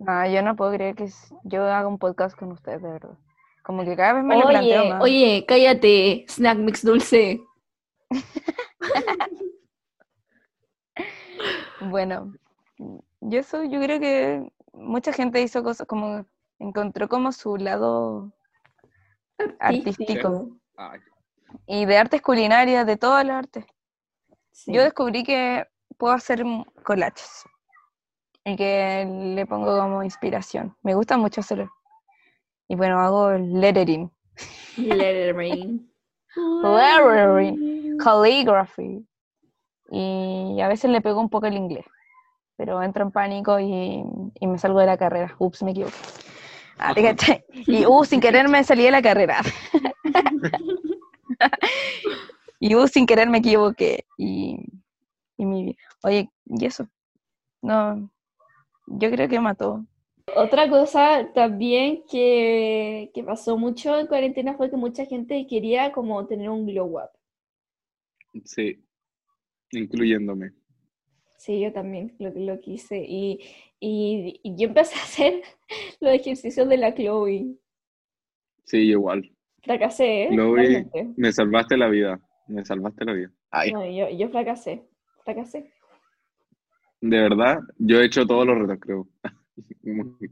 No, yo no puedo creer que s- yo haga un podcast con ustedes, de verdad. Como que cada vez me lo planteo Oye, más. oye, cállate, snack mix dulce. Bueno, mm, yo eso, yo creo que mucha gente hizo cosas como encontró como su lado artístico. Ay, Y de artes culinarias, de todas las artes. Sí. Yo descubrí que puedo hacer m- collages y que le pongo como inspiración. Me gusta mucho hacerlo. Y bueno, hago lettering, *laughs* Lettering. Lettering. calligraphy y a veces le pego un poco el inglés, pero entro en pánico y, y me salgo de la carrera. Ups, me equivoqué. Ah, te caché. y uh, sin querer me salí de la carrera. *laughs* Y uh, sin querer me equivoqué. Y, y mi, oye, ¿y eso? No, yo creo que mató. Otra cosa también que, que pasó mucho en cuarentena fue que mucha gente quería como tener un glow up. sí, incluyéndome. Sí, yo también lo, lo quise. Y, y- y yo empecé a hacer *laughs* los ejercicios de la Chloe. Sí, igual. Fracasé, ¿eh? Chloe. Realmente. Me salvaste la vida. Me salvaste la vida. Ay. No, yo, yo fracasé. Fracasé. De verdad, yo he hecho todos los retos, creo. *laughs* Como que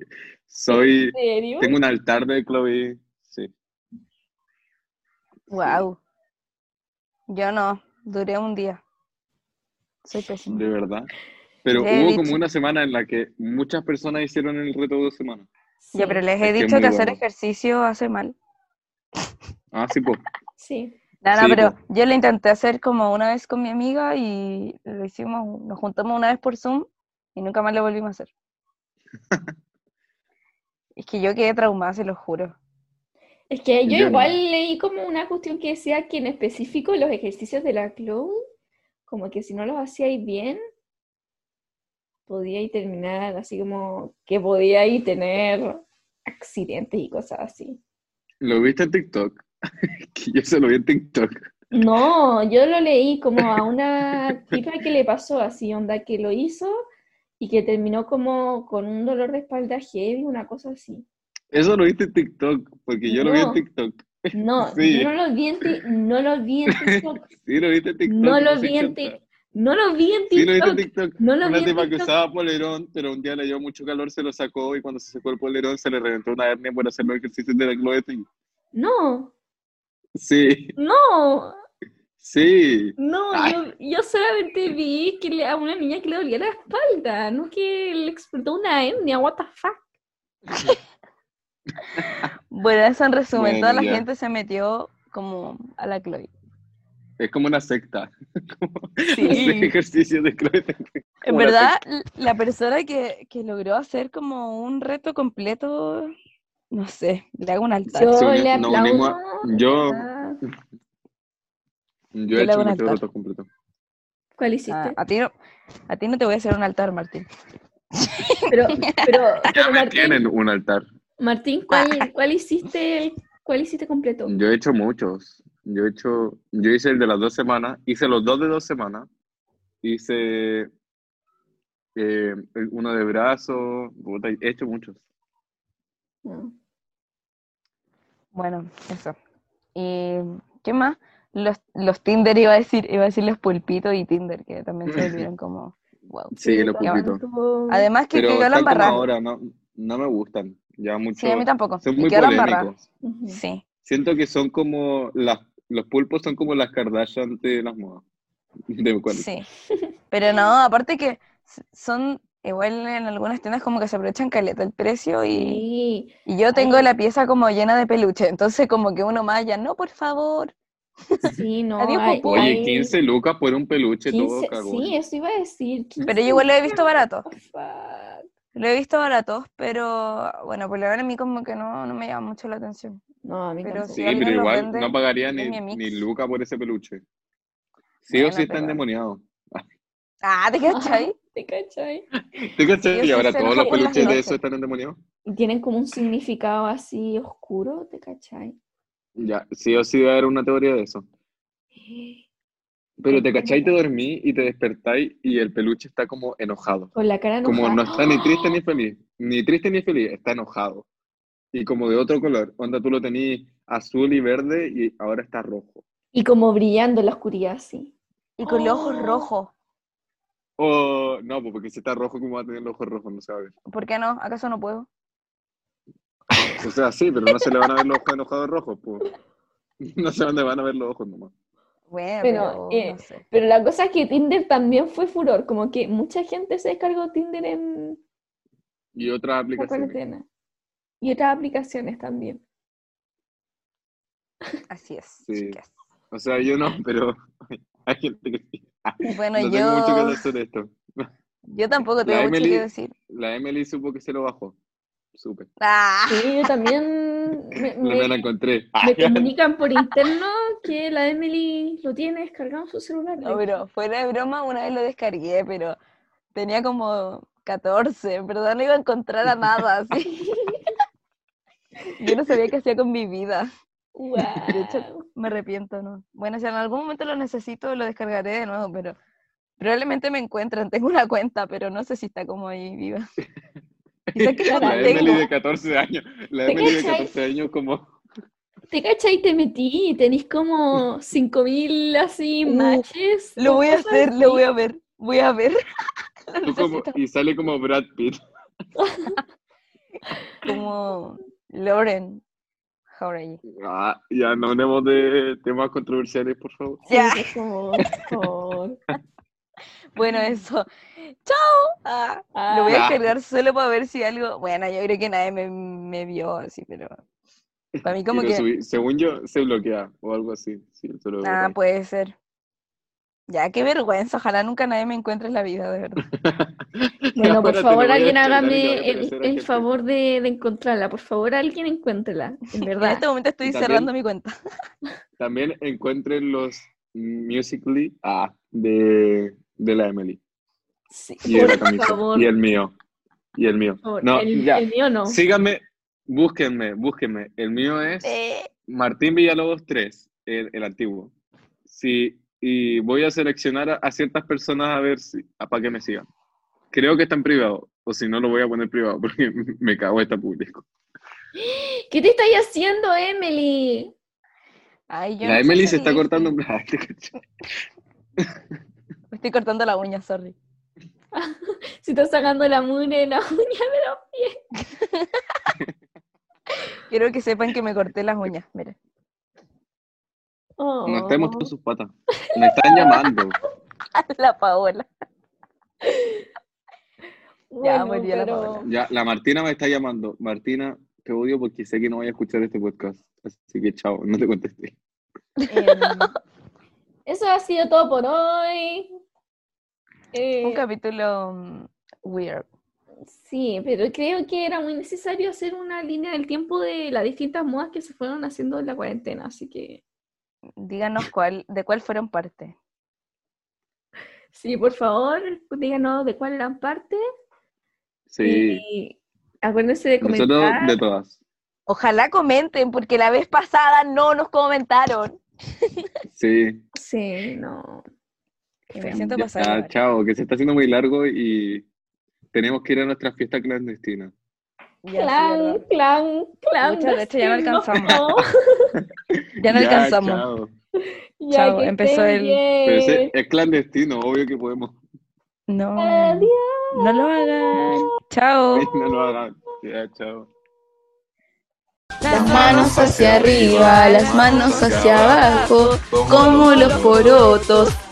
Soy, ¿En serio? tengo un altar de Chloe. Sí. Wow. Yo no, duré un día. Soy pésima. De verdad. Pero Le he hubo dicho- como una semana en la que muchas personas hicieron el reto de dos semanas. Sí, Ya, pero les he Es que es dicho que, muy hacer bueno. ejercicio hace mal. Ah, sí, pues. sí. No, no, Sí, pero yo lo intenté hacer como una vez con mi amiga y lo hicimos, nos juntamos una vez por Zoom y nunca más lo volvimos a *laughs* hacer. Es que yo quedé traumada, se lo juro. Es que yo, Yo no. igual leí como una cuestión que decía que en específico los ejercicios de la Chloe, como que si no los hacíais bien, podíais terminar así como que podíais tener accidentes y cosas así. *laughs* ¿Lo viste en TikTok? Que yo se lo vi en TikTok. No, yo lo leí como a una tipa que le pasó así, onda, que lo hizo y que terminó como con un dolor de espalda heavy, una cosa así. Eso lo viste en TikTok, porque yo lo vi en No. TikTok. No, *laughs* Sí. yo no lo vi en, Tik- no lo vi en TikTok. Sí, lo viste en TikTok. No lo no sé vi en qué onda. TikTok. No lo vi en Sí, lo viste en TikTok. TikTok. No lo vi Una en tipa que TikTok. usaba polerón, pero un día le dio mucho calor, se lo sacó y cuando se sacó el polerón se le reventó una hernia por hacer los ejercicios de la cloeting. No, Sí, no, sí. no, Ay. yo, yo solamente vi que le- a una niña que le dolía la espalda, no que le explotó una hernia, what the fuck. Bueno, eso en resumen, Bueno, toda la ya. gente se metió como a la *laughs* Chloe. Es como una secta. Como *laughs* hacer Sí. ejercicios de cloeting. En como la verdad, la persona que, que logró hacer como un reto completo, no sé, le hago un altar. Ah, Yo Ah, Sí, no- le no aplaudo. Ah, unimos Yo, a- yo le he hecho hago un muchos altar. retos completos. ¿Cuál Ah, hiciste? a, ti no, a ti no te voy a hacer un altar, Martín. Pero, *laughs* pero, pero Martín, Tienen un altar. Martín, ¿cuál, cuál hiciste el- cuál hiciste completo? Yo he hecho muchos. Yo he hecho, yo hice el de las dos semanas, hice los dos de dos semanas, hice eh, uno de brazo, puta, he hecho muchos. No. Bueno, eso. ¿Y qué más? Los, los Tinder iba a decir, iba a decir los pulpitos y Tinder, que también se volvieron como, wow. Mm. Sí, los ya, pulpitos. Tanto- Además que Pero quedó la están como embarrada. ahora, no, no me gustan. Ya mucho. Sí, a mí tampoco. son Y muy quedó la embarrada. polémicos. Ujú. Sí. Siento que son como las, los pulpos son como las Kardashian de las modas. De cual- *laughs* Sí. Pero no, aparte que s- son igual en algunas tiendas como que se aprovechan caleta el precio y, Sí. y yo tengo Ay. la pieza como llena de peluche, entonces como que uno más ya, no, por favor. Sí, no. Adiós, hay- Pupú. Oye, hay 15 lucas por un peluche, 15, todo cagón. sí, eso iba a decir. Pero yo igual lo he visto barato. barato. Lo he visto barato, pero bueno, por lo menos a mí como que no, no me llama mucho la atención. No, a mí Pero tampoco. Sí, igual pero no lo igual venden no pagaría en ni, mi mix. ni Luca por ese peluche. Sí o Bueno, sí está pero- endemoniado. Ah, ¿te quedas ahí? ¿Te cachai? ¿Tú cachai? Sí o Y sí ahora se todos enoja por las los peluches de noches. eso están endemoniados. Y Tienen como un significado así oscuro, ¿te cachai? Ya, sí o sí debe haber una teoría de eso. Pero te cachai, te dormí y te despertáis y el peluche está como enojado. Con la cara enojada. Como no está ni triste ¡Ah! ni feliz. Ni triste ni feliz, está enojado. Y como de otro color. Onda, tú lo tenías azul y verde y ahora está rojo. Y como brillando en la oscuridad, así. Y con los ojos Oh. rojos. O no, pues porque si está rojo, ¿cómo va a tener los ojos rojos? No se va a ver. ¿Por qué no? ¿Acaso no puedo? O sea, sí, pero no se le van a ver los ojos enojados rojos, pues. *laughs* No sé dónde van a ver los ojos nomás. Bueno, Pero, pero, eh, no sé. Pero la cosa es que Tinder también fue furor, como que mucha gente se descargó Tinder en Y otras la aplicaciones. cuarentena. Y otras aplicaciones también. Así es, sí. chicas. O sea, yo no, pero *laughs* hay gente que sí. Bueno, No tengo mucho que yo, decir sobre esto. yo tampoco tengo La mucho Emily- que decir. La Emily supo que se lo bajó. Supe. *laughs* Ah, Sí, yo también *laughs* me- No me- me la encontré. Ah, Me comunican por interno que la Emily lo tiene descargado en su celular. no, pero fuera de broma, una vez lo descargué, pero tenía como 14, en verdad no iba a encontrar a nada *laughs* así. Yo no sabía qué hacía con mi vida. Guau. De hecho, me arrepiento, ¿no? Bueno, si en algún momento lo necesito, lo descargaré de nuevo, pero probablemente me encuentren. Tengo una cuenta, pero no sé si está como ahí viva. Quizás que no La la Emily tengo. de 14 años. La ¿Te Emily de cachai? 14 años como... Te cachai, te metí y tenés como 5000 así Uh, matches. Lo o voy a cosas hacer, lo así. voy a ver, voy a *laughs* ver. Lo tú como- necesito. y sale como Brad Pitt. como Lauren Jauregui. Ah, ya no hablemos de temas controversiales, por favor. Sí, Ya. por favor, por favor. Bueno, eso. ¡Chao! Ah, lo voy a Ah. descargar solo para ver si algo. Bueno, yo creo que nadie me, me vio así, pero. Para mí, como Y lo que. subí. Según yo, se bloquea o algo así. Sí, se lo Ah, borré. puede ser. Ya, qué vergüenza. Ojalá nunca nadie me encuentre en la vida, de verdad. pues, *laughs* Bueno, por Ahora te lo voy favor, a alguien descargar y le voy a hágame aparecer el, a el gente. favor de, de encontrarla. Por favor, alguien encuéntrela. *laughs* En En verdad. este momento estoy *laughs* Y también- cerrando mi cuenta. *laughs* También encuentren los Musical.ly ah, de, de la Emily. Sí, Y de la por camisa. favor, Y el mío. Y el mío. por favor. No, el, ya. el mío no. Síganme, búsquenme, búsquenme. El mío es Eh, Martín Villalobos 3, el, el antiguo. Sí, y voy a seleccionar a, a ciertas personas a ver si, para que me sigan. Creo que está en privado, o si no lo voy a poner privado porque *laughs* me cago está público. ¿Qué te estáis haciendo, Emily? Ay, yo no La sé Emily si se está estoy- cortando un brazo. *laughs* ¿cachai? Me estoy cortando la uña, sorry. Si estás sacando la mugre *laughs* de la uña de los pies. Quiero que sepan que me corté las uñas, mira. *laughs* Oh. No está mostrando sus patas. Me están llamando. La Paola. Ya, Bueno, volvió la pero- Paola. Ya, la Martina me está llamando. Martina, te odio porque sé que no voy a escuchar este podcast. Así que chao, no te contesté. Em, Eso ha sido todo por hoy. Eh, un capítulo mm, weird. sí, pero creo que era muy necesario hacer una línea del tiempo de las distintas modas que se fueron haciendo en la cuarentena, así que *laughs* Díganos cuál, de cuál fueron parte. sí, por favor, díganos de cuál eran parte Sí, y acuérdense de comentar. nosotros de todas. Ojalá comenten, porque la vez pasada no nos comentaron. Sí. Sí, no. Em, Y me siento Ya, pasada. de chao, que se está haciendo muy largo y tenemos que ir a nuestra fiesta clandestina. Ya, sí, Clan, ¿verdad? clan, clan. Muchas de hecho ya no *laughs* decimos, alcanzamos. ya no Ya, alcanzamos. chao. no, Chao, que empezó estén el- Pero ese Eh. bien. es clandestino, obvio que podemos. *laughs* No. Adiós. No lo hagan. Chao. No lo hagan. Ya, chao. Las manos hacia arriba, las manos hacia abajo, como los porotos,